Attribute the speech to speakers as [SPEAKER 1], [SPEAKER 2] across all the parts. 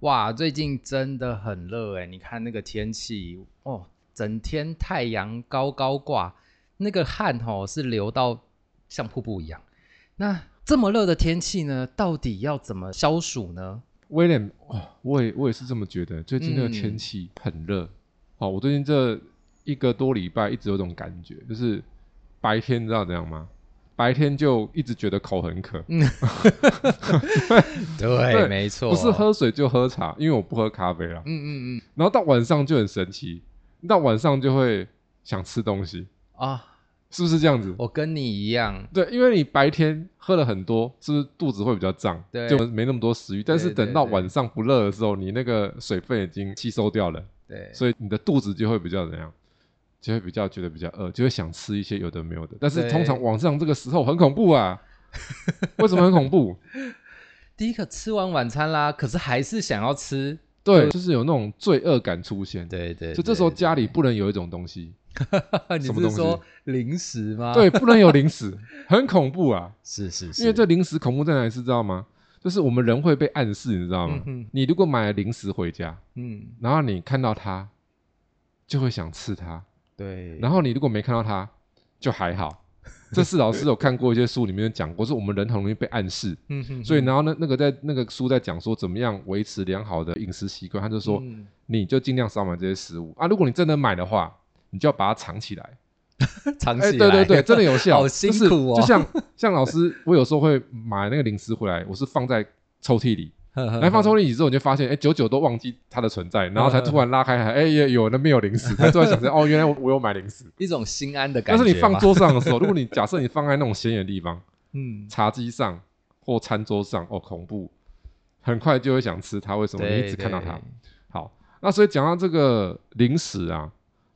[SPEAKER 1] 哇，最近真的很热哎、你看那个天气哦，整天太阳高高挂，那个汗哦是流到像瀑布一样。那这么热的天气呢，到底要怎么消暑呢？
[SPEAKER 2] 威廉，哦，我也我也是这么觉得。最近这个
[SPEAKER 1] 嗯
[SPEAKER 2] 天气很热，哦，我最近这一个多礼拜一直有种感觉，就是白天你知道怎样吗？白天就一直觉得口很渴，
[SPEAKER 1] 嗯对
[SPEAKER 2] 对
[SPEAKER 1] 没错
[SPEAKER 2] 不是，喝水就喝茶，因为我不喝咖啡啦。
[SPEAKER 1] 嗯嗯嗯
[SPEAKER 2] 然后到晚上就很神奇，到晚上就会想吃东西，
[SPEAKER 1] 啊，
[SPEAKER 2] 是不是这样子？
[SPEAKER 1] 我跟你一样，
[SPEAKER 2] 对，因为你白天喝了很多，是不是肚子会比较胀，
[SPEAKER 1] 对
[SPEAKER 2] 就没那么多食欲。但是
[SPEAKER 1] 对对
[SPEAKER 2] 等到
[SPEAKER 1] 对
[SPEAKER 2] 晚上不热的时候，你那个水分已经吸收掉了。
[SPEAKER 1] 对，
[SPEAKER 2] 所以你的肚子就会比较怎样，就会比较觉得比较饿，就会想吃一些有的没有的。但是
[SPEAKER 1] 对
[SPEAKER 2] 通常晚上这个时候很恐怖啊， 为什么很恐怖？
[SPEAKER 1] 第一个吃完晚餐啦，可是还是想要吃，
[SPEAKER 2] 对，就是有那种罪恶感出现。
[SPEAKER 1] 对对
[SPEAKER 2] 就这时候家里不能有一种东西，
[SPEAKER 1] 你
[SPEAKER 2] 什
[SPEAKER 1] 是
[SPEAKER 2] 么东西
[SPEAKER 1] 说零食吗？，
[SPEAKER 2] 对，不能有零 食，很恐怖啊！
[SPEAKER 1] 是是啊是，
[SPEAKER 2] 因为这零食恐怖在哪里是知道吗？就是我们人会被暗示，你知道吗
[SPEAKER 1] 嗯？哼
[SPEAKER 2] 你如果买了零食回家，
[SPEAKER 1] 嗯
[SPEAKER 2] 然后你看到它，就会想吃它，
[SPEAKER 1] 对，
[SPEAKER 2] 然后你如果没看到它，就还好。这是老师有看过一些书里面讲过，是我们人很容易被暗示，
[SPEAKER 1] 嗯哼
[SPEAKER 2] 所以然后呢，那个在那个书在讲说怎么样维持良好的饮食习惯，他就说、
[SPEAKER 1] 嗯
[SPEAKER 2] 你就尽量少买这些食物啊。如果你真的买的话，你就要把它藏起来。
[SPEAKER 1] 藏起
[SPEAKER 2] 哎，
[SPEAKER 1] 来，
[SPEAKER 2] 对 对对，真的有效，
[SPEAKER 1] 好辛苦哦
[SPEAKER 2] 就是、就像像老师，我有时候会买那个零食回来，我是放在抽屉里，
[SPEAKER 1] 对
[SPEAKER 2] 然后放抽屉里之后，你就发现，哎，久久都忘记它的存在，然后
[SPEAKER 1] 嗯
[SPEAKER 2] 才突然拉开，哎，也有那边有零食，才突然想起来，哦，原来我我有买零食。
[SPEAKER 1] 一种心安的感
[SPEAKER 2] 但
[SPEAKER 1] 觉
[SPEAKER 2] 是
[SPEAKER 1] 嘛。
[SPEAKER 2] 你放桌上的时候， 如果你假设你放在那种显眼的地方，
[SPEAKER 1] 嗯，
[SPEAKER 2] 茶几上或餐桌上，哦，恐怖，很快就会想吃它。为什么？你
[SPEAKER 1] 对
[SPEAKER 2] 一直看到它
[SPEAKER 1] 对。
[SPEAKER 2] 好，那所以讲到这个零食啊，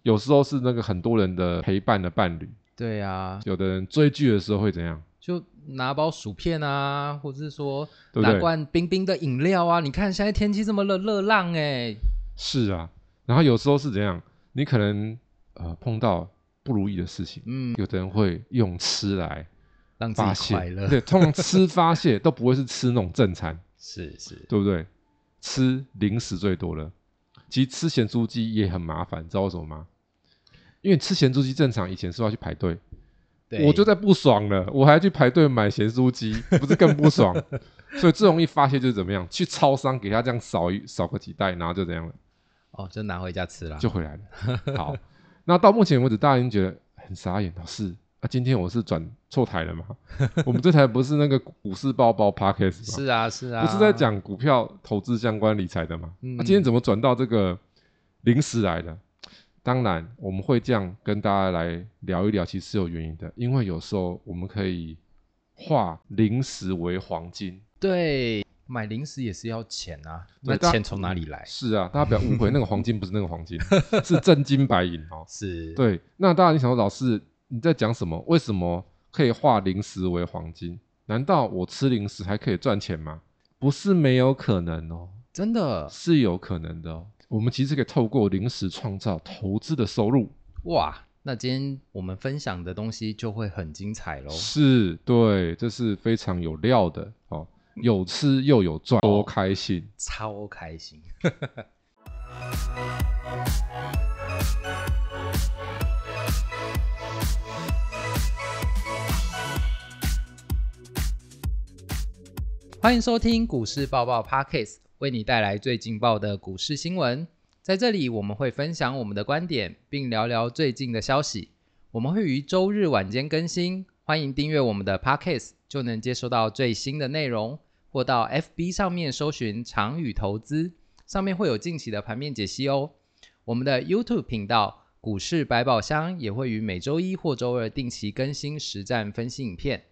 [SPEAKER 2] 有时候是那个很多人的陪伴的伴侣，
[SPEAKER 1] 对啊，
[SPEAKER 2] 有的人追剧的时候会怎样？
[SPEAKER 1] 就拿包薯片啊，或者是说
[SPEAKER 2] 对不
[SPEAKER 1] 拿
[SPEAKER 2] 对？
[SPEAKER 1] 罐冰冰的饮料啊。你看现在天气这么热，热浪哎，
[SPEAKER 2] 是啊，然后有时候是怎样？你可能呃碰到不如意的事情，
[SPEAKER 1] 嗯，
[SPEAKER 2] 有的人会用吃来
[SPEAKER 1] 让自
[SPEAKER 2] 发
[SPEAKER 1] 己
[SPEAKER 2] 泄
[SPEAKER 1] 快，乐。
[SPEAKER 2] 对，通常吃发泄 都不会是吃那种正餐。
[SPEAKER 1] 是是，
[SPEAKER 2] 对不对？吃零食最多了，其实吃咸酥鸡也很麻烦，知道为什么吗？因为吃咸酥鸡正常以前是要去排队，
[SPEAKER 1] 对，
[SPEAKER 2] 我就在不爽了，我还去排队买咸酥鸡，不是更不爽？ 所以最容易发泄就是怎么样，去超商给他这样扫一扫个几袋，然后就怎样了，
[SPEAKER 1] 哦，就拿回家吃啦。
[SPEAKER 2] 就回来了。好，那到目前为止，大家已经觉得很傻眼，老师啊，今天我是转错台了吗？ 我们这台不是那个股市爆爆 Podcast 吗？
[SPEAKER 1] 是啊是啊，
[SPEAKER 2] 不是在讲股票投资相关理财的吗？那、
[SPEAKER 1] 嗯
[SPEAKER 2] 今天怎么转到这个零食来的？当然，我们会这样跟大家来聊一聊，其实是有原因的，因为有时候我们可以化零食为黄金。
[SPEAKER 1] 对。买零食也是要钱啊，那
[SPEAKER 2] 对大
[SPEAKER 1] 钱从哪里来？
[SPEAKER 2] 是啊，大家不要误会，那个黄金不是那个黄金， 是真金白银哦。
[SPEAKER 1] 是，
[SPEAKER 2] 对，那大家你想说，老师你在讲什么？为什么可以化零食为黄金？难道我吃零食还可以赚钱吗？不是没有可能哦。
[SPEAKER 1] 真的
[SPEAKER 2] 是有可能的、哦。我们其实可以透过零食创造投资的收入，
[SPEAKER 1] 哇！那今天我们分享的东西就会很精彩喽。
[SPEAKER 2] 是对，这是非常有料的哦，有吃又有赚，多开心！
[SPEAKER 1] 超开心。欢迎收听股市爆爆 Pockets，为你带来最劲爆的股市新闻。在这里，我们会分享我们的观点，并聊聊最近的消息。我们会于周日晚间更新，欢迎订阅我们的 Pockets，就能接收到最新的内容。或到 FB 上面搜寻“长宇投资”，上面会有近期的盘面解析哦。我们的 YouTube 频道“股市百宝箱”也会于每周一或周二定期更新实战分析影片。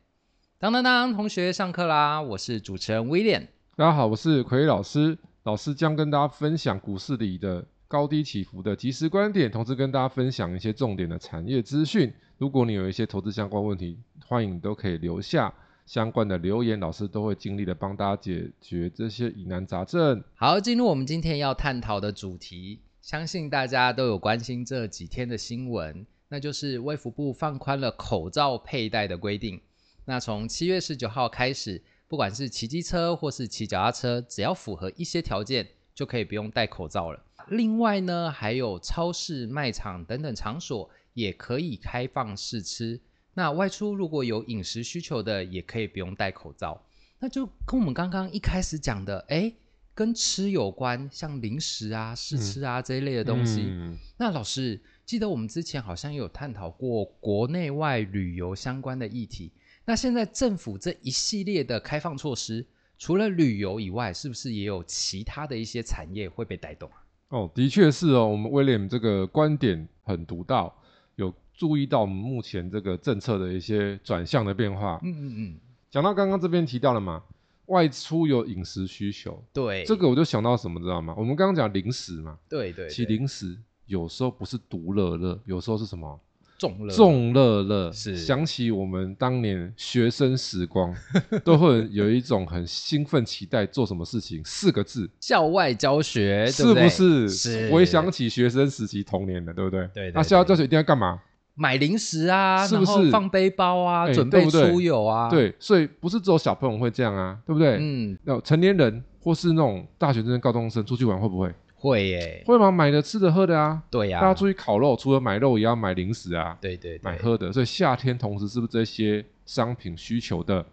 [SPEAKER 1] 当当当，同学上课啦！我是主持人威廉。
[SPEAKER 2] 大家好，我是奎老师，老师将跟大家分享股市里的高低起伏的即时观点，同时跟大家分享一些重点的产业资讯。如果你有一些投资相关问题，欢迎都可以留下相关的留言，老师都会尽力的帮大家解决这些疑难杂症。
[SPEAKER 1] 好，进入我们今天要探讨的主题，相信大家都有关心这几天的新闻，那就是卫福部放宽了口罩佩戴的规定。那从七月十九号开始，不管是骑机车或是骑脚踏车，只要符合一些条件，就可以不用戴口罩了。另外呢，还有超市、卖场等等场所也可以开放试吃。那外出如果有饮食需求的，也可以不用戴口罩。那就跟我们刚刚一开始讲的，哎，跟吃有关，像零食啊、试吃啊、这一类的东西。
[SPEAKER 2] 嗯
[SPEAKER 1] 那老师，记得我们之前好像有探讨过国内外旅游相关的议题。那现在政府这一系列的开放措施，除了旅游以外，是不是也有其他的一些产业会被带动啊？
[SPEAKER 2] 哦，的确是哦，我们威廉这个观点很独到，有注意到我们目前这个政策的一些转向的变化。
[SPEAKER 1] 嗯嗯嗯，
[SPEAKER 2] 讲到刚刚这边提到了嘛，外出有饮食需求，
[SPEAKER 1] 对，
[SPEAKER 2] 这个我就想到什么，知道吗？我们刚刚讲零食嘛，
[SPEAKER 1] 对对，
[SPEAKER 2] 其实
[SPEAKER 1] 对
[SPEAKER 2] 零食有时候不是独乐乐，有时候是什么？
[SPEAKER 1] 重了
[SPEAKER 2] 众乐乐
[SPEAKER 1] 是
[SPEAKER 2] 想起我们当年学生时光，都会有一种很兴奋期待做什么事情，四个字，
[SPEAKER 1] 校外教学，哎对
[SPEAKER 2] 是
[SPEAKER 1] 对
[SPEAKER 2] 不是？
[SPEAKER 1] 是
[SPEAKER 2] 回想起学生时期童年了，对不对？
[SPEAKER 1] 对对
[SPEAKER 2] 那校外教学一定要干嘛？
[SPEAKER 1] 买零食啊，
[SPEAKER 2] 是不是
[SPEAKER 1] 然后放背包啊，
[SPEAKER 2] 哎
[SPEAKER 1] 准备
[SPEAKER 2] 对不对
[SPEAKER 1] 出游啊？，
[SPEAKER 2] 对，所以不是只有小朋友会这样啊，对不对？
[SPEAKER 1] 嗯，
[SPEAKER 2] 那、成年人或是那种大学生、高中生出去玩会不会？
[SPEAKER 1] 会耶，
[SPEAKER 2] 会吗？买的、吃的、喝的啊。
[SPEAKER 1] 对呀、
[SPEAKER 2] 大家出去烤肉，除了买肉，也要买零食啊，
[SPEAKER 1] 对对对，
[SPEAKER 2] 买喝的。所以夏天同时是不是这些商品需求的？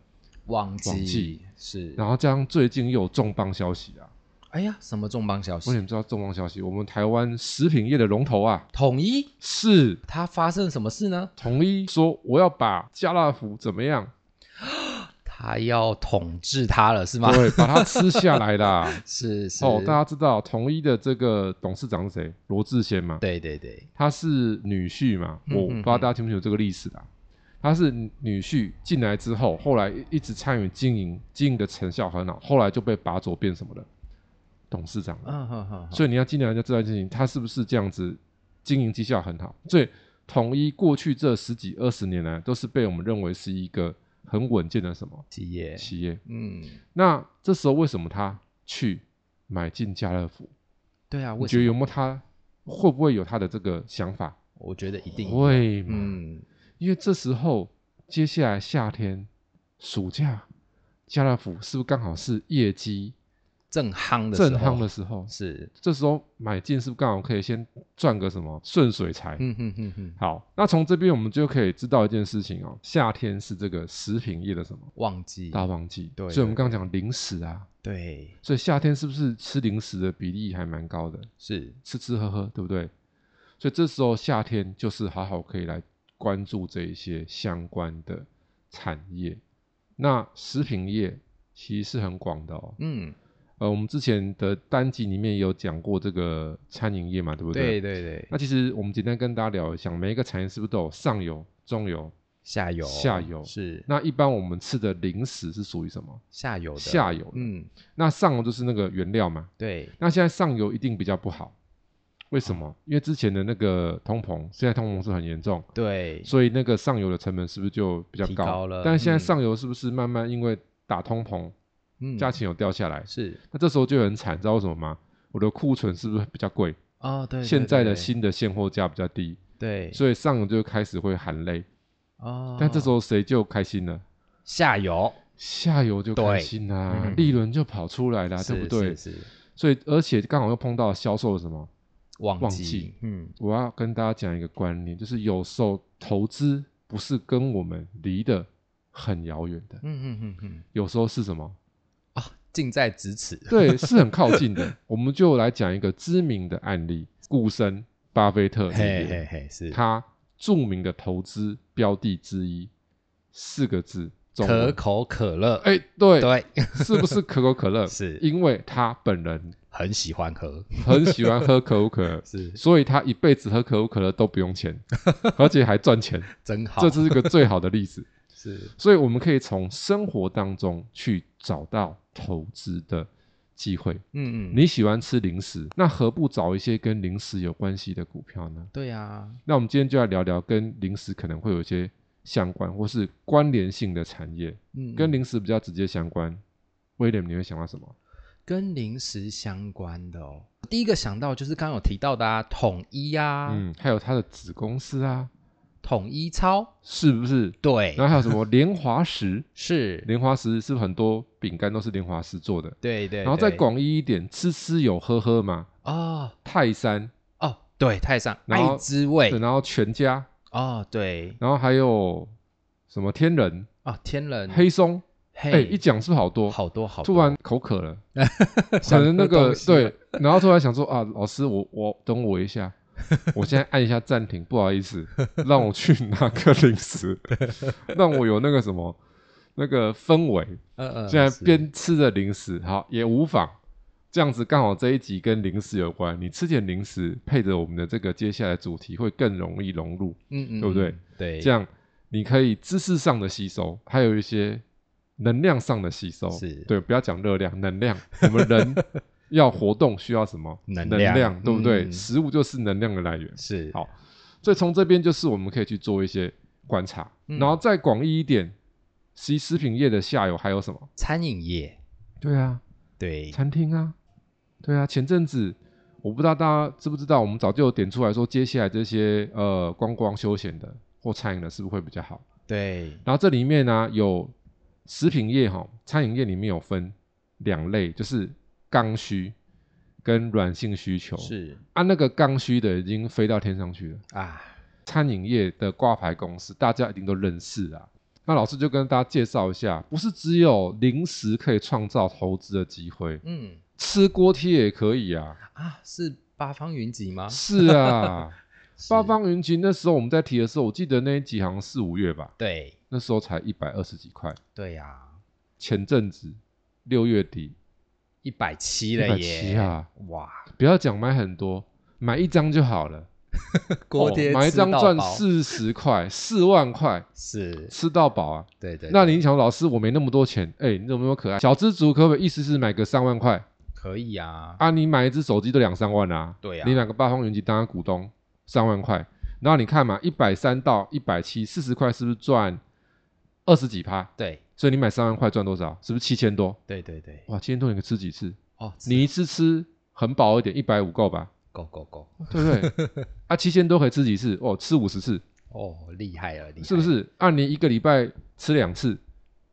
[SPEAKER 1] 忘记
[SPEAKER 2] 忘记
[SPEAKER 1] 是，
[SPEAKER 2] 然后加上最近又有重磅消息啊，
[SPEAKER 1] 哎呀，什么重磅消
[SPEAKER 2] 我
[SPEAKER 1] 息？
[SPEAKER 2] 想知道重磅消息，我们台湾食品业的龙头啊，
[SPEAKER 1] 统一
[SPEAKER 2] 是
[SPEAKER 1] 它发生什么事呢？
[SPEAKER 2] 统一说我要把家乐福怎么样？
[SPEAKER 1] 它要统治它了，是吗？
[SPEAKER 2] 对，把它吃下来啦。
[SPEAKER 1] 是是，
[SPEAKER 2] 哦，大家知道统一的这个董事长是谁？罗志贤嘛，
[SPEAKER 1] 对对对，
[SPEAKER 2] 他是女婿嘛，
[SPEAKER 1] 嗯
[SPEAKER 2] 我不
[SPEAKER 1] 嗯
[SPEAKER 2] 知道大家清不清楚这个历史啦。啊他是女婿进来之后，后来一直参与经营，经营的成效很好，后来就被拔走变什么了？董事长了。
[SPEAKER 1] 嗯哼哼哼，
[SPEAKER 2] 所以你要进来就知道事情，他是不是这样子经营绩效很好？所以统一过去这十几二十年来，都是被我们认为是一个很稳健的什么
[SPEAKER 1] 企业，
[SPEAKER 2] 企业。
[SPEAKER 1] 嗯，
[SPEAKER 2] 那这时候为什么他去买进家乐福？
[SPEAKER 1] 对啊，
[SPEAKER 2] 我
[SPEAKER 1] 我
[SPEAKER 2] 觉得有没有他会不会有他的这个想法？
[SPEAKER 1] 我觉得一定，
[SPEAKER 2] 会嘛？
[SPEAKER 1] 嗯，
[SPEAKER 2] 因为这时候接下来夏天、暑假，家乐福是不是刚好是业绩
[SPEAKER 1] 正夯的
[SPEAKER 2] 正
[SPEAKER 1] 时候
[SPEAKER 2] 夯的时候？
[SPEAKER 1] 是，
[SPEAKER 2] 这时候买进是不是刚好可以先赚个什么顺水财？
[SPEAKER 1] 嗯哼哼哼，
[SPEAKER 2] 好，那从这边我们就可以知道一件事情哦，夏天是这个食品业的什么
[SPEAKER 1] 忘记，
[SPEAKER 2] 大旺季，
[SPEAKER 1] 对
[SPEAKER 2] 所以我们刚刚讲零食啊，
[SPEAKER 1] 对，
[SPEAKER 2] 所以夏天是不是吃零食的比例还蛮高的？
[SPEAKER 1] 是
[SPEAKER 2] 吃吃喝喝，对不对？所以这时候夏天就是好好可以来关注这一些相关的产业。那食品业其实是很广的哦，
[SPEAKER 1] 嗯，
[SPEAKER 2] 呃，我们之前的单集里面也有讲过这个餐饮业嘛，对不
[SPEAKER 1] 对
[SPEAKER 2] 对？
[SPEAKER 1] 对对，
[SPEAKER 2] 那其实我们简单跟大家聊一下，每一个产业是不是都有上游、中游？
[SPEAKER 1] 下游
[SPEAKER 2] 下游
[SPEAKER 1] 是
[SPEAKER 2] 那一般我们吃的零食是属于什么？
[SPEAKER 1] 下游的，
[SPEAKER 2] 下游。
[SPEAKER 1] 嗯，
[SPEAKER 2] 那上游就是那个原料嘛。
[SPEAKER 1] 对，
[SPEAKER 2] 那现在上游一定比较不好，为什
[SPEAKER 1] 哦
[SPEAKER 2] 么？因为之前的那个通膨，现在通膨是很严重，
[SPEAKER 1] 对，
[SPEAKER 2] 所以那个上游的成本是不是就比较
[SPEAKER 1] 提
[SPEAKER 2] 高？
[SPEAKER 1] 高了
[SPEAKER 2] 但是现在
[SPEAKER 1] 嗯
[SPEAKER 2] 上游是不是慢慢因为打通膨，
[SPEAKER 1] 嗯，
[SPEAKER 2] 价钱有掉下来？
[SPEAKER 1] 是
[SPEAKER 2] 那这时候就很惨，知道为什么吗？我的库存是不是比较贵？
[SPEAKER 1] 哦，对，对
[SPEAKER 2] 现在的
[SPEAKER 1] 对
[SPEAKER 2] 新的现货价比较低，
[SPEAKER 1] 对
[SPEAKER 2] 所以上游就开始会含泪。
[SPEAKER 1] 哦，
[SPEAKER 2] 但这时候谁就开心了？
[SPEAKER 1] 下游
[SPEAKER 2] 下游就开
[SPEAKER 1] 对
[SPEAKER 2] 心啦、啊
[SPEAKER 1] 嗯，
[SPEAKER 2] 利润就跑出来啦，
[SPEAKER 1] 是
[SPEAKER 2] 啊对不对？
[SPEAKER 1] 是是
[SPEAKER 2] 所以而且刚好又碰到销售的什么？
[SPEAKER 1] 忘
[SPEAKER 2] 忘
[SPEAKER 1] 记
[SPEAKER 2] 记，
[SPEAKER 1] 嗯，
[SPEAKER 2] 我要跟大家讲一个观念，就是有时候投资不是跟我们离得很遥远的，
[SPEAKER 1] 嗯嗯嗯嗯，
[SPEAKER 2] 有时候是 什么？
[SPEAKER 1] 啊，近在咫尺。
[SPEAKER 2] 对，是很靠近的。 我们就来讲一个知名的案例，股神巴菲特
[SPEAKER 1] 嘿嘿嘿，是
[SPEAKER 2] 他著名的投资标的之一，四个字，中文
[SPEAKER 1] 可口可乐，
[SPEAKER 2] 哎，对，
[SPEAKER 1] 对，
[SPEAKER 2] 是不是可口可乐？
[SPEAKER 1] 是
[SPEAKER 2] 因为他本人
[SPEAKER 1] 很喜欢喝，，
[SPEAKER 2] 很喜欢喝可口可乐
[SPEAKER 1] 是
[SPEAKER 2] 所以他一辈子喝可口可乐都不用钱，而且还赚钱。
[SPEAKER 1] 真好，
[SPEAKER 2] 这是一个最好的例子。
[SPEAKER 1] 是
[SPEAKER 2] 所以我们可以从生活当中去找到投资的机会。
[SPEAKER 1] 嗯嗯，
[SPEAKER 2] 你喜欢吃零食，那何不找一些跟零食有关系的股票呢？
[SPEAKER 1] 对啊，
[SPEAKER 2] 那我们今天就来聊聊跟零食可能会有一些相关或是关联性的产业，
[SPEAKER 1] 嗯，
[SPEAKER 2] 跟零食比较直接相关。威廉，你会想到什么？
[SPEAKER 1] 跟零食相关的哦。
[SPEAKER 2] 嗯
[SPEAKER 1] 第一个想到就是刚刚有提到的啊，统一啊，
[SPEAKER 2] 嗯，还有它的子公司啊，
[SPEAKER 1] 统一超，
[SPEAKER 2] 是不是？
[SPEAKER 1] 对，
[SPEAKER 2] 然后还有什么莲花石？
[SPEAKER 1] 是，
[SPEAKER 2] 莲花石是不是很多饼干都是莲花石做的？
[SPEAKER 1] 对对。
[SPEAKER 2] 然后再
[SPEAKER 1] 对
[SPEAKER 2] 广义一点，吃吃有喝喝嘛，
[SPEAKER 1] 哦
[SPEAKER 2] 泰山，
[SPEAKER 1] 哦，对，太上
[SPEAKER 2] 然后
[SPEAKER 1] 爱滋味
[SPEAKER 2] 对，然后全家，
[SPEAKER 1] 哦，对
[SPEAKER 2] 然后还有什么天人、
[SPEAKER 1] 哦，天人
[SPEAKER 2] 黑松，
[SPEAKER 1] 嘿
[SPEAKER 2] 哎、一讲是不是好多？
[SPEAKER 1] 好多好多，
[SPEAKER 2] 突然口渴了，可
[SPEAKER 1] 想
[SPEAKER 2] 能那
[SPEAKER 1] 喝
[SPEAKER 2] 个
[SPEAKER 1] 东西了
[SPEAKER 2] 对，然后突然想说啊，老师，我我等我一下，我现在按一下暂停，不好意思，让我去拿个零食， 让我有那个什么那个氛围，
[SPEAKER 1] 嗯嗯，
[SPEAKER 2] 现在
[SPEAKER 1] 是
[SPEAKER 2] 边吃着零食，好也无妨。这样子刚好这一集跟零食有关，你吃点零食配着我们的这个接下来主题会更容易融入，
[SPEAKER 1] 嗯嗯，
[SPEAKER 2] 对不对
[SPEAKER 1] 嗯？对，
[SPEAKER 2] 这样你可以知识上的吸收，还有一些能量上的吸收。
[SPEAKER 1] 是
[SPEAKER 2] 对，不要讲热量，能量。我们 人要活动需要什么？
[SPEAKER 1] 能
[SPEAKER 2] 能
[SPEAKER 1] 量
[SPEAKER 2] 对不对？
[SPEAKER 1] 嗯
[SPEAKER 2] 食物就是能量的来源。
[SPEAKER 1] 是
[SPEAKER 2] 好所以从这边就是我们可以去做一些观察，
[SPEAKER 1] 嗯
[SPEAKER 2] 然后再广义一点，其实食品业的下游还有什么？
[SPEAKER 1] 餐饮业，
[SPEAKER 2] 对啊，
[SPEAKER 1] 对，
[SPEAKER 2] 餐厅啊，对啊，前阵子。我不知道大家知不知道，我们早就有点出来说，接下来这些呃观光休闲的或餐饮的，是不是会比较好？
[SPEAKER 1] 对，
[SPEAKER 2] 然后这里面呢、啊有食品业哈、餐饮业里面有分两类，就是刚需跟软性需求。
[SPEAKER 1] 是
[SPEAKER 2] 啊，那个刚需的已经飞到天上去了。
[SPEAKER 1] 啊，
[SPEAKER 2] 餐饮业的挂牌公司大家一定都认识啊。那老师就跟大家介绍一下，不是只有零食可以创造投资的机会，
[SPEAKER 1] 嗯
[SPEAKER 2] 吃锅贴也可以啊。
[SPEAKER 1] 啊，是八方云集吗？
[SPEAKER 2] 是啊，
[SPEAKER 1] 是
[SPEAKER 2] 八方云集那时候我们在提的时候，我记得那一集好像四五月吧，
[SPEAKER 1] 对
[SPEAKER 2] 那时候才一百二十几块。
[SPEAKER 1] 对啊呀，
[SPEAKER 2] 前阵子六月底，
[SPEAKER 1] 一百七了耶，
[SPEAKER 2] 170啊，
[SPEAKER 1] 哇，
[SPEAKER 2] 不要讲买很多，买一张就好了。
[SPEAKER 1] 锅贴
[SPEAKER 2] 哦买一
[SPEAKER 1] 吃
[SPEAKER 2] 张
[SPEAKER 1] 到
[SPEAKER 2] 赚
[SPEAKER 1] 饱
[SPEAKER 2] 四十块，四万块，
[SPEAKER 1] 是，
[SPEAKER 2] 吃到饱啊！
[SPEAKER 1] 对对，
[SPEAKER 2] 那
[SPEAKER 1] 对
[SPEAKER 2] 你想，老师我没那么多钱，哎、你有没有可爱？小知足可不可以？意思是买个三万块
[SPEAKER 1] 可以啊，
[SPEAKER 2] 啊？你买一只手机都两三万啊？
[SPEAKER 1] 对啊
[SPEAKER 2] 你买个八方云集当个股东，三万块，然后你看嘛，一百三到一百七，四十块是不是赚二十几趴？
[SPEAKER 1] 对
[SPEAKER 2] 所以你买三万块赚多少？是不是七千多？
[SPEAKER 1] 对对对，
[SPEAKER 2] 哇，七千多你可以吃几次？
[SPEAKER 1] 哦，是
[SPEAKER 2] 你一次吃很饱一点，一百五够吧？
[SPEAKER 1] 够够够，
[SPEAKER 2] 对不 对？啊，七千多可以吃几次？哦，吃五十次，
[SPEAKER 1] 哦，厉害了，厉害
[SPEAKER 2] 是不
[SPEAKER 1] 了？
[SPEAKER 2] 是？按、你一个礼拜吃两次，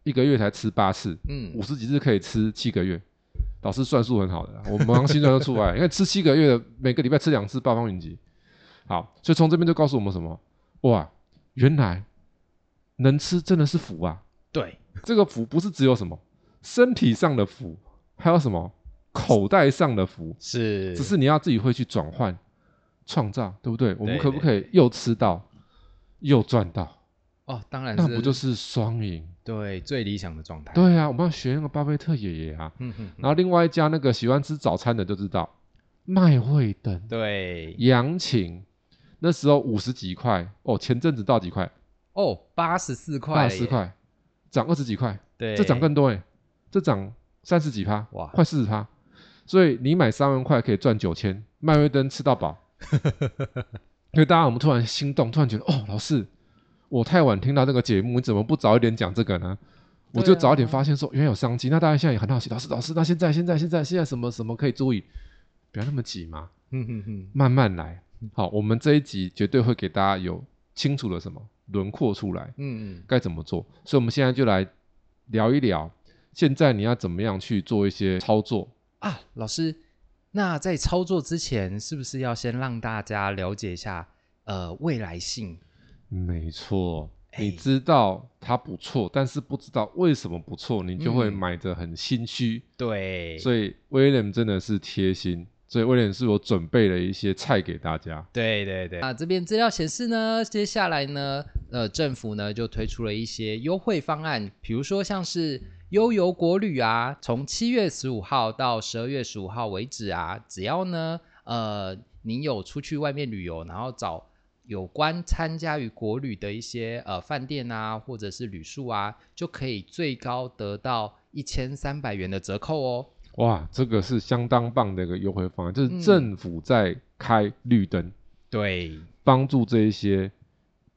[SPEAKER 2] 一个月才吃八次，
[SPEAKER 1] 嗯
[SPEAKER 2] 五，十几次可以吃七个月。老师算术很好的啦，我们刚心算就出来，因为吃七个月的，每个礼拜吃两次八方云集。好，所以从这边就告诉我们什么？哇，原来能吃真的是福啊！
[SPEAKER 1] 对，
[SPEAKER 2] 这个福不是只有什么身体上的福，还有什么口袋上的福。
[SPEAKER 1] 是，
[SPEAKER 2] 只是你要自己会去转换、创造，对不对？我们
[SPEAKER 1] 对
[SPEAKER 2] 可不可以又吃到又赚到？
[SPEAKER 1] 哦，当然
[SPEAKER 2] 那不就是双赢？
[SPEAKER 1] 对最理想的状态？，
[SPEAKER 2] 对啊，我们要学那个巴菲特爷爷啊。
[SPEAKER 1] 嗯嗯，
[SPEAKER 2] 然后另外一家那个喜欢吃早餐的就知道，麦味登、
[SPEAKER 1] 对，
[SPEAKER 2] 杨琴，那时候五十几块哦，前阵子到几块？
[SPEAKER 1] 哦，八十四块，
[SPEAKER 2] 八十四，块，涨二十几块，
[SPEAKER 1] 对，嗯
[SPEAKER 2] 这涨更多哎、这涨三十几趴，
[SPEAKER 1] 哇
[SPEAKER 2] 快四十趴。所以你买三万块可以赚九千，麦威登吃到饱。因为大家我们突然心动，突然觉得哦，老师，我太晚听到这个节目，你怎么不早一点讲这个呢？我就
[SPEAKER 1] 对啊
[SPEAKER 2] 早一点发现说原来有商机。那大家现在也很好奇，老师，老师，那现在现在现在现在什么什么可以注意？不要那么急嘛，
[SPEAKER 1] 嗯嗯嗯，
[SPEAKER 2] 慢慢来。好，我们这一集绝对会给大家有清楚的什么轮廓出来。
[SPEAKER 1] 嗯嗯，
[SPEAKER 2] 该怎么做。所以，我们现在就来聊一聊，现在你要怎么样去做一些操作？
[SPEAKER 1] 啊，老师，那在操作之前，是不是要先让大家了解一下呃未来性？
[SPEAKER 2] 没错，
[SPEAKER 1] 哎
[SPEAKER 2] 你知道它不错，但是不知道为什么不错，你就会
[SPEAKER 1] 嗯
[SPEAKER 2] 买的很心虚。
[SPEAKER 1] 对，
[SPEAKER 2] 所以，William 真的是贴心。所以，William 是我准备了一些菜给大家。
[SPEAKER 1] 对对对，啊，这边资料显示呢，接下来呢，呃，政府呢就推出了一些优惠方案，比如说像是悠游国旅啊，从七月十五号到十二月十五号为止啊，只要呢，呃，您有出去外面旅游，然后找有关参加于国旅的一些呃饭店啊，或者是旅宿啊，就可以最高得到一千三百元的折扣哦。
[SPEAKER 2] 哇，这个是相当棒的一个优惠方案，就
[SPEAKER 1] 嗯
[SPEAKER 2] 是政府在开绿灯，
[SPEAKER 1] 对，
[SPEAKER 2] 帮助这一些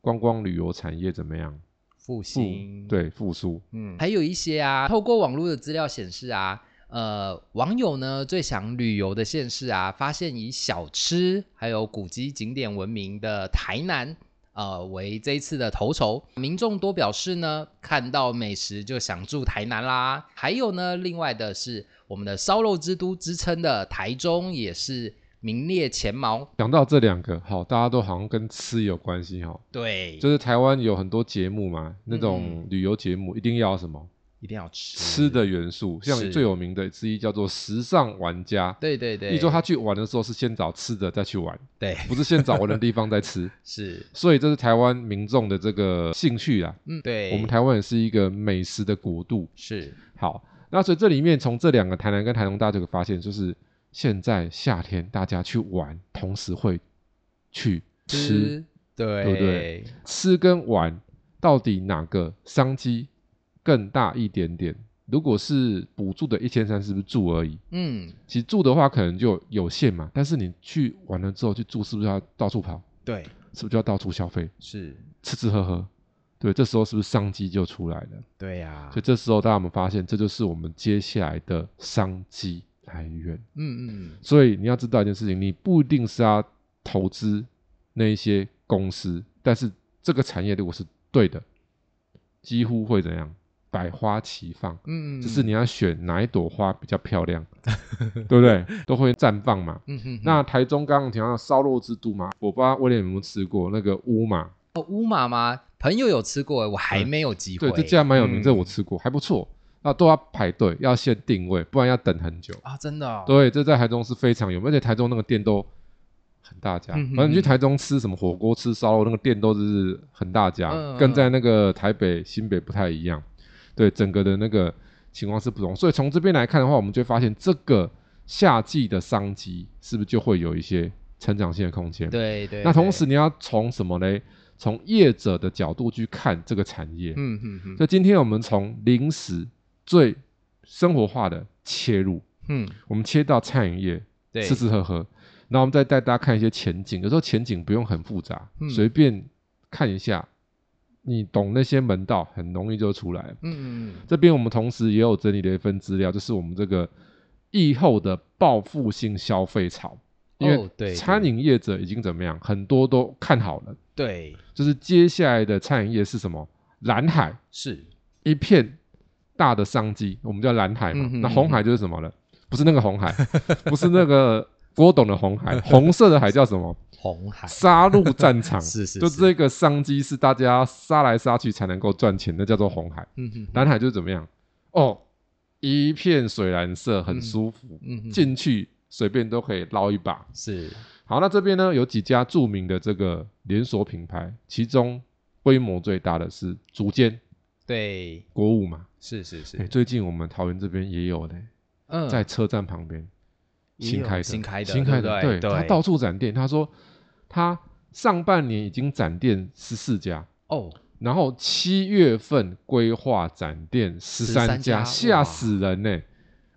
[SPEAKER 2] 观光旅游产业怎么样
[SPEAKER 1] 复
[SPEAKER 2] 复
[SPEAKER 1] 兴，
[SPEAKER 2] 对复苏。
[SPEAKER 1] 嗯，还有一些啊，透过网络的资料显示啊，呃，网友呢最想旅游的县市啊，发现以小吃还有古迹景点闻名的台南，呃为这一次的头筹。民众多表示呢，看到美食就想住台南啦。还有呢，另外的是我们的烧肉之都之称的台中也是名列前茅。
[SPEAKER 2] 讲到这两个，好，大家都好像跟吃有关系哈、
[SPEAKER 1] 对，
[SPEAKER 2] 就是台湾有很多节目嘛，那种
[SPEAKER 1] 嗯
[SPEAKER 2] 旅游节目一定要有什么
[SPEAKER 1] 一定要吃
[SPEAKER 2] 吃的。元素，像
[SPEAKER 1] 是
[SPEAKER 2] 最有名的之一叫做《时尚玩家》。
[SPEAKER 1] 对对对，
[SPEAKER 2] 一说他去玩的时候是先找吃的再去玩，
[SPEAKER 1] 对
[SPEAKER 2] 不是先找玩的地方再吃，
[SPEAKER 1] 是
[SPEAKER 2] 所以这是台湾民众的这个兴趣啦。
[SPEAKER 1] 嗯对，
[SPEAKER 2] 我们台湾也是一个美食的国度。
[SPEAKER 1] 是
[SPEAKER 2] 好，那所以这里面从这两个台南跟台东，大家就会发现，就是现在夏天大家去玩，同时会去吃，
[SPEAKER 1] 对
[SPEAKER 2] 对不对吃跟玩到底哪个商机更大一点点？如果是补助的一千三，是不是住而已？
[SPEAKER 1] 嗯
[SPEAKER 2] 其实住的话可能就有限嘛，但是你去玩了之后去住，是不是要到处跑？
[SPEAKER 1] 对
[SPEAKER 2] 是不是就要到处消费，
[SPEAKER 1] 是，
[SPEAKER 2] 吃吃喝喝？对，这时候是不是商机就出来了？
[SPEAKER 1] 对呀、
[SPEAKER 2] 所以这时候大家有没有发现，这就是我们接下来的商机来源。
[SPEAKER 1] 嗯嗯嗯
[SPEAKER 2] 所以你要知道一件事情，你不一定是要投资那一些公司，但是这个产业如果是对的，几乎会怎样？百花齐放。
[SPEAKER 1] 嗯，嗯
[SPEAKER 2] 只是你要选哪一朵花比较漂 亮，对不对？都会绽放嘛。
[SPEAKER 1] 嗯哼哼
[SPEAKER 2] 那台中刚刚提到烧肉之都嘛，我不知道威廉有没有吃过那个乌马，
[SPEAKER 1] 哦乌马吗？朋友有吃过，我还
[SPEAKER 2] 嗯
[SPEAKER 1] 没有机会。
[SPEAKER 2] 对，这家蛮有名，
[SPEAKER 1] 嗯
[SPEAKER 2] 这我吃过，还不错。那都要排队，要先定位，不然要等很久。
[SPEAKER 1] 啊，真的、哦。
[SPEAKER 2] 对，这在台中是非常有名，而且台中那个店都很大家。
[SPEAKER 1] 嗯哼
[SPEAKER 2] 反正你去
[SPEAKER 1] 哼
[SPEAKER 2] 台中吃什么火锅、吃烧肉，那个店都是很大家，
[SPEAKER 1] 嗯
[SPEAKER 2] 跟在那个台北、新北不太一样。对，整个的那个情况是不同。所以从这边来看的话，我们就会发现这个夏季的商机是不是就会有一些成长性的空间？。
[SPEAKER 1] 对对。
[SPEAKER 2] 那同
[SPEAKER 1] 对
[SPEAKER 2] 时，你要从什么嘞？从业者的角度去看这个产业。
[SPEAKER 1] 嗯嗯嗯
[SPEAKER 2] 所以今天我们从零食最生活化的切入，
[SPEAKER 1] 嗯，
[SPEAKER 2] 我们切到餐饮业，
[SPEAKER 1] 对，
[SPEAKER 2] 吃吃喝喝，然后我们再带大家看一些前景。有时候前景不用很复杂，
[SPEAKER 1] 嗯
[SPEAKER 2] 随便看一下，你懂那些门道，很容易就出来了。
[SPEAKER 1] 嗯嗯嗯，
[SPEAKER 2] 这边我们同时也有整理了一份资料，就是我们这个疫后的报复性消费潮，因
[SPEAKER 1] 哦对
[SPEAKER 2] 为
[SPEAKER 1] 对
[SPEAKER 2] 餐饮业者已经怎么样，很多都看好了，
[SPEAKER 1] 对，
[SPEAKER 2] 就是接下来的餐饮业是什么？蓝海
[SPEAKER 1] 是
[SPEAKER 2] 一片大的商机，我们叫蓝海嘛。
[SPEAKER 1] 嗯哼
[SPEAKER 2] 那红海就是什么呢？不是那个红海， 不是那个郭董的红海， 红色的海叫什么？
[SPEAKER 1] 红海，
[SPEAKER 2] 杀戮战
[SPEAKER 1] 哎
[SPEAKER 2] 场。
[SPEAKER 1] 是是
[SPEAKER 2] 就是这个商机是大家杀来杀去才能够赚钱，那叫做红海。
[SPEAKER 1] 嗯嗯
[SPEAKER 2] 蓝海就是怎么样？哦，一片水蓝色，很
[SPEAKER 1] 嗯
[SPEAKER 2] 舒服，
[SPEAKER 1] 嗯嗯，
[SPEAKER 2] 进去随便都可以捞一把。
[SPEAKER 1] 是
[SPEAKER 2] 好，那这边呢有几家著名的这个连锁品牌，其中规模最大的是竹间
[SPEAKER 1] 对，
[SPEAKER 2] 国物嘛，
[SPEAKER 1] 是是是
[SPEAKER 2] 欸，最近我们桃园这边也有嘞，
[SPEAKER 1] 嗯，
[SPEAKER 2] 在车站旁边
[SPEAKER 1] 也
[SPEAKER 2] 新
[SPEAKER 1] 有
[SPEAKER 2] 开的，
[SPEAKER 1] 新开的
[SPEAKER 2] 新
[SPEAKER 1] 对
[SPEAKER 2] 开的，
[SPEAKER 1] 不对
[SPEAKER 2] 他
[SPEAKER 1] 对
[SPEAKER 2] 到处展店。他说他上半年已经展店十四家，
[SPEAKER 1] 哦，
[SPEAKER 2] 然后七月份规划展店十三
[SPEAKER 1] 13家
[SPEAKER 2] 吓
[SPEAKER 1] 哇
[SPEAKER 2] 死人呢、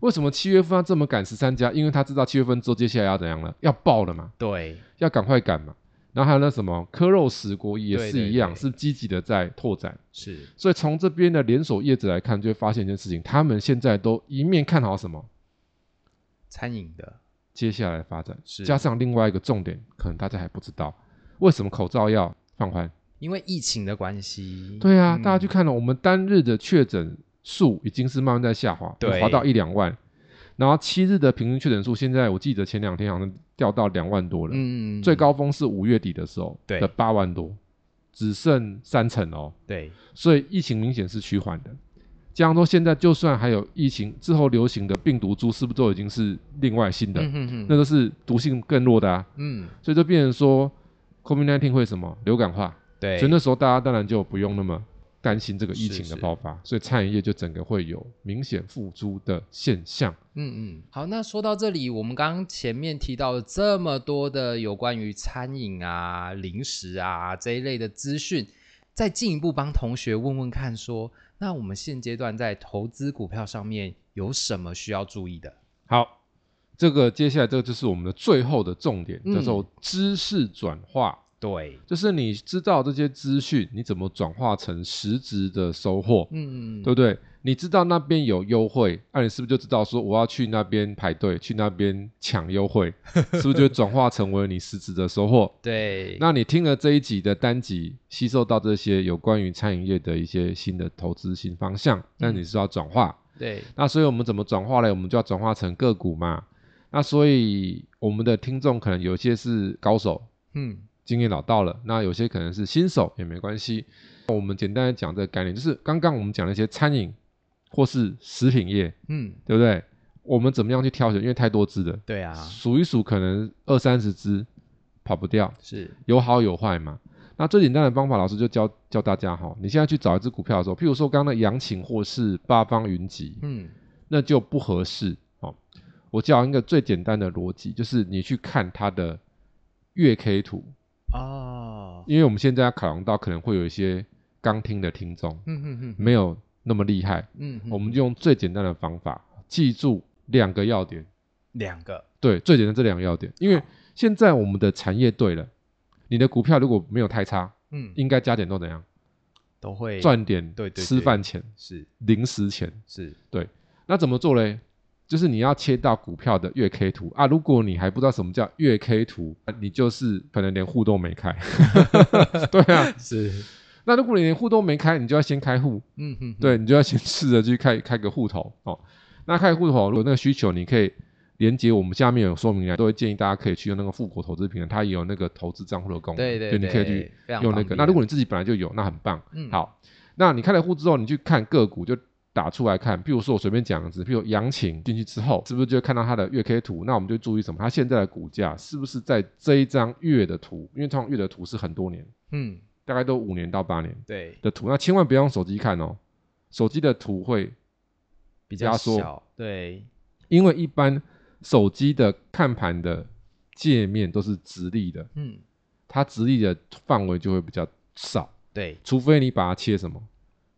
[SPEAKER 2] 为什么七月份要这么赶十三家？因为他知道七月份之后接下来要怎样了，要爆了嘛，
[SPEAKER 1] 对，
[SPEAKER 2] 要赶快赶嘛。然后还有那什么科肉石锅也
[SPEAKER 1] 对
[SPEAKER 2] 是
[SPEAKER 1] 对
[SPEAKER 2] 一样，
[SPEAKER 1] 对
[SPEAKER 2] 是积极的在拓展。
[SPEAKER 1] 是
[SPEAKER 2] 所以从这边的连锁业者来看，就会发现一件事情，他们现在都一面看好什么，
[SPEAKER 1] 餐饮的，
[SPEAKER 2] 接下来的发展，
[SPEAKER 1] 是
[SPEAKER 2] 加上另外一个重点，可能大家还不知道，为什么口罩要放宽？
[SPEAKER 1] 因为疫情的关系，
[SPEAKER 2] 对啊，大家
[SPEAKER 1] 就
[SPEAKER 2] 去看了，我们单日的确诊数已经是慢慢在下滑，
[SPEAKER 1] 对
[SPEAKER 2] 滑到一两万，然后七日的平均确诊数，现在我记得前两天好像掉到两万多了，
[SPEAKER 1] 嗯，嗯
[SPEAKER 2] 最高峰是五月底的时候
[SPEAKER 1] 对
[SPEAKER 2] 的八万多，只剩三成哦。
[SPEAKER 1] 对，
[SPEAKER 2] 所以疫情明显是趋缓的。加上说，现在就算还有疫情之后流行的病毒株，是不是都已经是另外新的？
[SPEAKER 1] 嗯嗯嗯，
[SPEAKER 2] 那都是毒性更弱的啊。
[SPEAKER 1] 嗯
[SPEAKER 2] 所以就变成说，COVID-19 会什么流感化，
[SPEAKER 1] 对，
[SPEAKER 2] 所以那时候大家当然就不用那么担心这个疫情
[SPEAKER 1] 是是
[SPEAKER 2] 的爆发，所以餐饮业就整个会有明显复苏的现象。
[SPEAKER 1] 嗯嗯，好，那说到这里，我们刚刚前面提到了这么多的有关于餐饮啊、零食啊这一类的资讯，再进一步帮同学问问看说，那我们现阶段在投资股票上面有什么需要注意的？
[SPEAKER 2] 好，这个接下来这个就是我们的最后的重点，
[SPEAKER 1] 嗯
[SPEAKER 2] 叫做知识转化。
[SPEAKER 1] 对，
[SPEAKER 2] 就是你知道这些资讯，你怎么转化成实质的收获，
[SPEAKER 1] 嗯，
[SPEAKER 2] 对不对？你知道那边有优惠，那、你是不是就知道说我要去那边排队，去那边抢优惠，是不是就转化成为你实质的收获？
[SPEAKER 1] 对，
[SPEAKER 2] 那你听了这一集的单集，吸收到这些有关于餐饮业的一些新的投资新方向，那你是要转化。
[SPEAKER 1] 对
[SPEAKER 2] 那所以我们怎么转化嘞？我们就要转化成个股嘛。那所以我们的听众可能有些是高手，
[SPEAKER 1] 嗯，
[SPEAKER 2] 经验老道了，那有些可能是新手也没关系。我们简单的讲这个概念，就是刚刚我们讲了一些餐饮或是食品业，
[SPEAKER 1] 嗯，
[SPEAKER 2] 对不对？我们怎么样去挑选？因为太多只了，
[SPEAKER 1] 对啊，
[SPEAKER 2] 数一数可能二三十只，跑不掉。
[SPEAKER 1] 是，
[SPEAKER 2] 有好有坏嘛。那最简单的方法，老师就教教大家哈。你现在去找一只股票的时候，譬如说刚刚的阳晴或是八方云集，
[SPEAKER 1] 嗯，
[SPEAKER 2] 那就不合适哦。我讲一个最简单的逻辑，就是你去看它的月 K 图，
[SPEAKER 1] 哦，
[SPEAKER 2] 因为我们现在要考量到可能会有一些刚听的听众
[SPEAKER 1] 嗯嗯嗯
[SPEAKER 2] 没有那么厉害，
[SPEAKER 1] 嗯嗯，
[SPEAKER 2] 我们就用最简单的方法，记住两个要点。
[SPEAKER 1] 两个，
[SPEAKER 2] 对，最简单这两个要点，因为现在我们的产业对了，你的股票如果没有太差，
[SPEAKER 1] 嗯，
[SPEAKER 2] 应该加点都怎样？
[SPEAKER 1] 都会
[SPEAKER 2] 赚点
[SPEAKER 1] 对对
[SPEAKER 2] 吃饭钱、
[SPEAKER 1] 是
[SPEAKER 2] 零食钱。
[SPEAKER 1] 是，
[SPEAKER 2] 那怎么做嘞？就是你要切到股票的月 K 图啊。如果你还不知道什么叫月 K 图，你就是可能连户都没开。 对啊，
[SPEAKER 1] 是，
[SPEAKER 2] 那如果你连户都没开，你就要先开户，
[SPEAKER 1] 嗯嗯，
[SPEAKER 2] 对你就要先试着去开开个户头哦。那开户头，如果那个需求，你可以连接我们下面有说明栏，都会建议大家可以去用那个富国投资平台，它也有那个投资账户的功能，
[SPEAKER 1] 对对，
[SPEAKER 2] 你可以去
[SPEAKER 1] 非常
[SPEAKER 2] 用那
[SPEAKER 1] 方
[SPEAKER 2] 个。
[SPEAKER 1] 便
[SPEAKER 2] 那如果你自己本来就有，那很棒。
[SPEAKER 1] 嗯
[SPEAKER 2] 好，那你开了户之后，你去看个股就打出来看，譬如说我随便讲只，譬如杨晴进去之后，是不是就会看到它的月 K 图？那我们就注意什么？它现在的股价是不是在这一张月的图？因为通常月的图是很多年，
[SPEAKER 1] 嗯
[SPEAKER 2] 大概都五年到八年
[SPEAKER 1] 对
[SPEAKER 2] 的图，那千万不要用手机看哦，手机的图会，
[SPEAKER 1] 比较
[SPEAKER 2] 压缩
[SPEAKER 1] 小，对
[SPEAKER 2] 因为一般手机的看盘的界面都是直立的，
[SPEAKER 1] 嗯
[SPEAKER 2] 它直立的范围就会比较少。
[SPEAKER 1] 对
[SPEAKER 2] 除非你把它切什么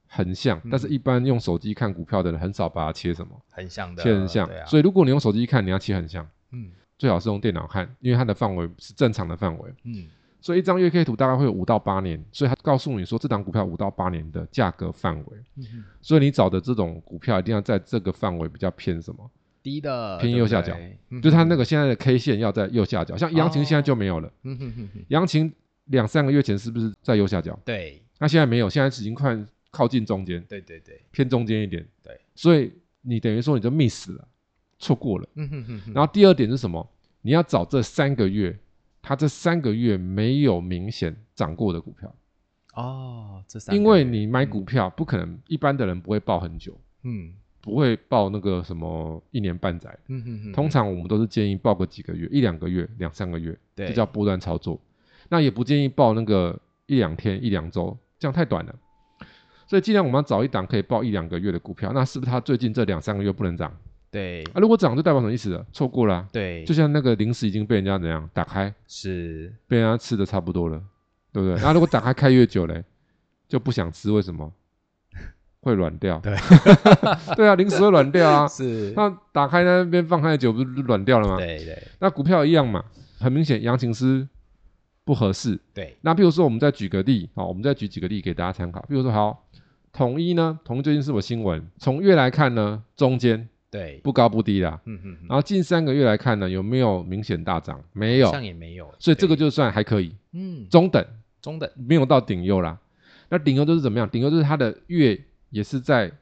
[SPEAKER 2] 横向，
[SPEAKER 1] 嗯
[SPEAKER 2] 但是一般用手机看股票的人很少把它切什么
[SPEAKER 1] 很像的，
[SPEAKER 2] 切横向
[SPEAKER 1] 对，啊，
[SPEAKER 2] 所以如果你用手机看，你要切横向，
[SPEAKER 1] 嗯
[SPEAKER 2] 最好是用电脑看，因为它的范围是正常的范围。
[SPEAKER 1] 嗯
[SPEAKER 2] 所以一张月 K 图大概会有五到八年，所以它告诉你说这档股票五到八年的价格范围，
[SPEAKER 1] 嗯嗯
[SPEAKER 2] 所以你找的这种股票一定要在这个范围比较偏什么，
[SPEAKER 1] 低的
[SPEAKER 2] 偏
[SPEAKER 1] 对
[SPEAKER 2] 右
[SPEAKER 1] 不
[SPEAKER 2] 下
[SPEAKER 1] 对
[SPEAKER 2] 角
[SPEAKER 1] 嗯哦
[SPEAKER 2] 就是它那个现在的 K 线要在右下角，像阳晴现在就没有了，
[SPEAKER 1] 嗯哼哼哼，
[SPEAKER 2] 阳晴两三个月前是不是在右下角？
[SPEAKER 1] 对
[SPEAKER 2] 那现在没有，现在已经快靠近中间，
[SPEAKER 1] 对对对，
[SPEAKER 2] 偏中间一点。
[SPEAKER 1] 对，
[SPEAKER 2] 所以你等于说你就 miss 了，错过了。
[SPEAKER 1] 嗯哼哼哼，
[SPEAKER 2] 然后第二点是什么？你要找这三个月，它这三个月没有明显涨过的股票，
[SPEAKER 1] 哦，这三个
[SPEAKER 2] 因为
[SPEAKER 1] 月
[SPEAKER 2] 你买股票不可能，一般的人不会抱很久，
[SPEAKER 1] 嗯
[SPEAKER 2] 不会抱那个什么一年半载。
[SPEAKER 1] 嗯哼哼，
[SPEAKER 2] 通常我们都是建议抱个几个月，一两个月、两三个月，
[SPEAKER 1] 对
[SPEAKER 2] 这叫波段操作。那也不建议抱那个一两天、一两周，这样太短了。所以尽量我们要找一档可以抱一两个月的股票。那是不是它最近这两三个月不能涨？
[SPEAKER 1] 对
[SPEAKER 2] 啊，如果涨就代表什么意思了？错过了啊、
[SPEAKER 1] 对，
[SPEAKER 2] 就像那个零食已经被人家怎样打开，
[SPEAKER 1] 是
[SPEAKER 2] 被人家吃的差不多了，对不对？那如果打开开越久嘞，就不想吃，为什么？会软掉。
[SPEAKER 1] 对
[SPEAKER 2] 对啊，零食会软掉 啊。
[SPEAKER 1] 是，
[SPEAKER 2] 那打开那边放太久，不是软掉了吗？
[SPEAKER 1] 对对
[SPEAKER 2] 那股票一样嘛，很明显杨琴师不合适。
[SPEAKER 1] 对，
[SPEAKER 2] 那譬如说，我们再举个例，哦好，我们再举几个例给大家参考。譬如说，好，统一呢，统一最近是我新闻，从月来看呢，中间
[SPEAKER 1] 对，
[SPEAKER 2] 不高不低啦。
[SPEAKER 1] 嗯嗯嗯，
[SPEAKER 2] 然后近三个月来看呢，有没有明显大涨？没有
[SPEAKER 1] 好，像也没有，
[SPEAKER 2] 所以这个
[SPEAKER 1] 对
[SPEAKER 2] 就算还可以，
[SPEAKER 1] 嗯
[SPEAKER 2] 中等，
[SPEAKER 1] 中等，
[SPEAKER 2] 没有到顶优啦。那顶优就是怎么样？顶优就是它的月也是在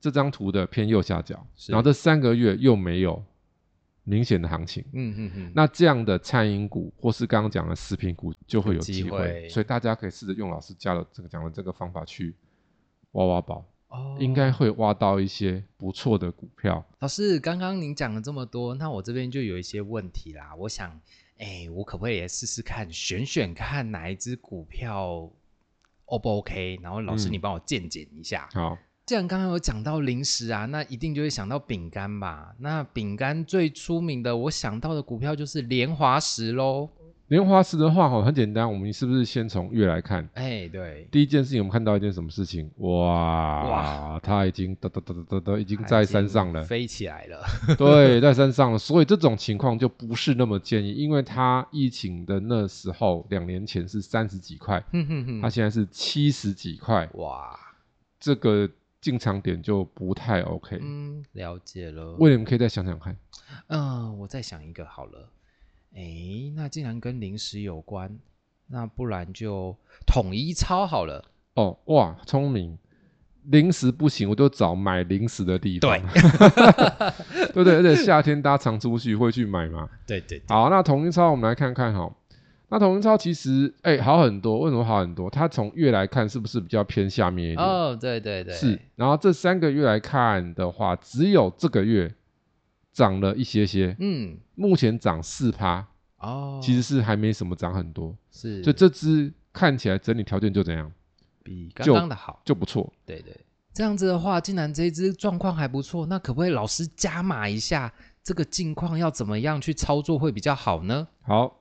[SPEAKER 2] 这张图的偏右下角，
[SPEAKER 1] 是
[SPEAKER 2] 然后这三个月又没有明显的行情。
[SPEAKER 1] 嗯嗯嗯，
[SPEAKER 2] 那这样的餐饮股或是刚刚讲的食品股就会有机
[SPEAKER 1] 有机会
[SPEAKER 2] 所以大家可以试着用老师教的这个讲的这个方法去挖挖宝，
[SPEAKER 1] 哦
[SPEAKER 2] 应该会挖到一些不错的股票。
[SPEAKER 1] 老师，刚刚您讲了这么多，那我这边就有一些问题啦。我想，哎，我可不可以也试试看，选选看哪一只股票 O 不 OK？然后老师，
[SPEAKER 2] 嗯
[SPEAKER 1] 你帮我鉴检一下。
[SPEAKER 2] 好，
[SPEAKER 1] 既然刚刚有讲到零食啊，那一定就会想到饼干吧？那饼干最出名的，我想到的股票就是莲花石喽。
[SPEAKER 2] 莲花石的话哦，很简单，我们是不是先从月来看？
[SPEAKER 1] 哎，对，
[SPEAKER 2] 第一件事情，我们看到一件什么事情？哇，
[SPEAKER 1] 哇
[SPEAKER 2] 它已经哒哒哒哒哒哒，已经
[SPEAKER 1] 它
[SPEAKER 2] 在
[SPEAKER 1] 已经
[SPEAKER 2] 山上了。
[SPEAKER 1] 飞起来了。
[SPEAKER 2] 对，在山上了，所以这种情况就不是那么建议，因为它疫情的那时候，两年前是三十几块，
[SPEAKER 1] 哼哼
[SPEAKER 2] 它
[SPEAKER 1] 哼，
[SPEAKER 2] 现在是七十几块，
[SPEAKER 1] 哇，
[SPEAKER 2] 这个进场点就不太 OK。
[SPEAKER 1] 嗯，了解了。
[SPEAKER 2] 威廉可以再想想看，
[SPEAKER 1] 嗯，我再想一个好了。诶，那既然跟零食有关，那不然就统一超好了。
[SPEAKER 2] 哦，哇，聪明。零食不行，我就找买零食的地方， 对不对？而且夏天大家常出去会去买嘛。
[SPEAKER 1] 对对
[SPEAKER 2] 好，那统一超我们来看看哈。那统一超其实哎、好很多，为什么好很多？它从月来看是不是比较偏下面一点？
[SPEAKER 1] 哦，对对对，
[SPEAKER 2] 是。然后这三个月来看的话，只有这个月涨了一些些，
[SPEAKER 1] 嗯，
[SPEAKER 2] 目前涨四趴，
[SPEAKER 1] 哦，
[SPEAKER 2] 其实是还没什么涨很多。
[SPEAKER 1] 是
[SPEAKER 2] 就这只看起来整体条件就怎样，
[SPEAKER 1] 比刚
[SPEAKER 2] 就
[SPEAKER 1] 刚的好。
[SPEAKER 2] 就不错。
[SPEAKER 1] 对对，这样子的话，既然这一支状况还不错，那可不可以老师加码一下这个近况要怎么样去操作会比较好呢？
[SPEAKER 2] 好，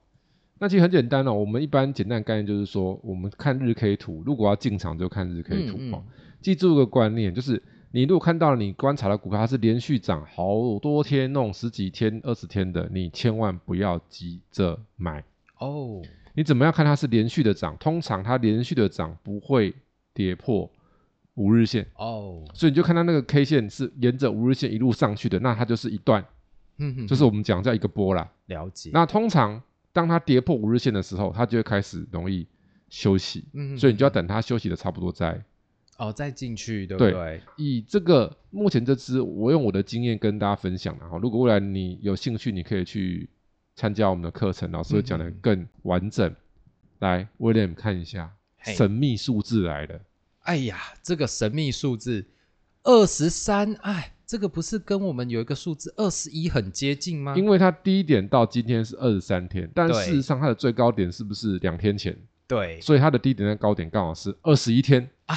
[SPEAKER 2] 那其实很简单哦。我们一般简单的概念就是说，我们看日 K 图，如果要进场就看日 K 图
[SPEAKER 1] 嗯
[SPEAKER 2] 哦。记住一个观念，就是你如果看到你观察的股票它是连续涨好多天，那种十几天、二十天的，你千万不要急着买。
[SPEAKER 1] 哦，
[SPEAKER 2] 你怎么样看它是连续的涨？通常它连续的涨不会跌破五日线，
[SPEAKER 1] 哦，
[SPEAKER 2] 所以你就看它那个 K 线是沿着五日线一路上去的，那它就是一段，
[SPEAKER 1] 嗯哼，
[SPEAKER 2] 就是我们讲叫一个波啦。
[SPEAKER 1] 了解。
[SPEAKER 2] 那通常当它跌破五日线的时候，它就会开始容易休息，
[SPEAKER 1] 嗯
[SPEAKER 2] 所以你就要等它休息的差不多再。
[SPEAKER 1] 哦，再进去，对不
[SPEAKER 2] 对
[SPEAKER 1] 对？
[SPEAKER 2] 以这个目前这支，我用我的经验跟大家分享然后如果未来你有兴趣，你可以去参加我们的课程，老师会讲的
[SPEAKER 1] 嗯嗯
[SPEAKER 2] 更完整。来，William 看一下，
[SPEAKER 1] 嘿
[SPEAKER 2] 神秘数字来了，
[SPEAKER 1] 哎呀，这个神秘数字二十三，哎，这个不是跟我们有一个数字二十一很接近吗？
[SPEAKER 2] 因为它低点到今天是二十三天，但
[SPEAKER 1] 啊对
[SPEAKER 2] 事实上它的最高点是不是两天前？
[SPEAKER 1] 对
[SPEAKER 2] 所以它的低点跟高点刚好是二十一天
[SPEAKER 1] 啊，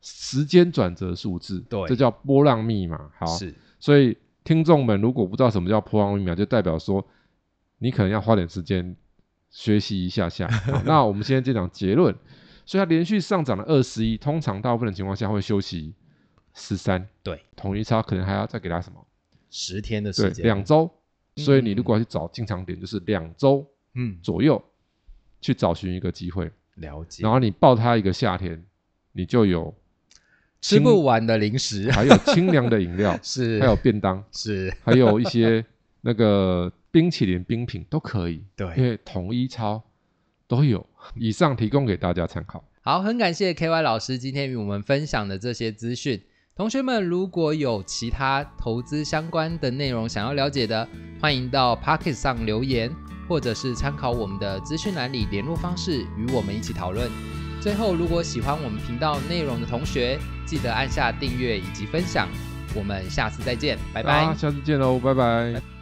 [SPEAKER 2] 时间转折数字，
[SPEAKER 1] 对
[SPEAKER 2] 这叫波浪密码。好，
[SPEAKER 1] 是
[SPEAKER 2] 所以听众们如果不知道什么叫波浪密码，就代表说你可能要花点时间学习一下 下。好，那我们现在就讲结论，所以它连续上涨了二十一，通常大部分的情况下会休息十三，
[SPEAKER 1] 对，
[SPEAKER 2] 统一差可能还要再给它什么？
[SPEAKER 1] 十天的
[SPEAKER 2] 对
[SPEAKER 1] 时，间，
[SPEAKER 2] 两周。
[SPEAKER 1] 嗯
[SPEAKER 2] 所以你如果要去找进场点，就是两周
[SPEAKER 1] 嗯，
[SPEAKER 2] 左右去找寻一个机会。
[SPEAKER 1] 了解
[SPEAKER 2] 然。后你抱它一个夏天，你就有
[SPEAKER 1] 吃不完的零食，
[SPEAKER 2] 还有清凉的饮料
[SPEAKER 1] 是，
[SPEAKER 2] 还有便当，
[SPEAKER 1] 是，
[SPEAKER 2] 还有一些那个冰淇淋、冰品都可以，因
[SPEAKER 1] 对。
[SPEAKER 2] 为统一超都有。以上提供给大家参考。
[SPEAKER 1] 好，很感谢 KY 老师今天与我们分享的这些资讯。同学们，如果有其他投资相关的内容想要了解的，欢迎到 Pocket 上留言，或者是参考我们的资讯栏里联络方式与我们一起讨论。最后，如果喜欢我们频道内容的同学，记得按下订阅以及分享。我们下次再见，拜拜。
[SPEAKER 2] 啊下次见喽，拜拜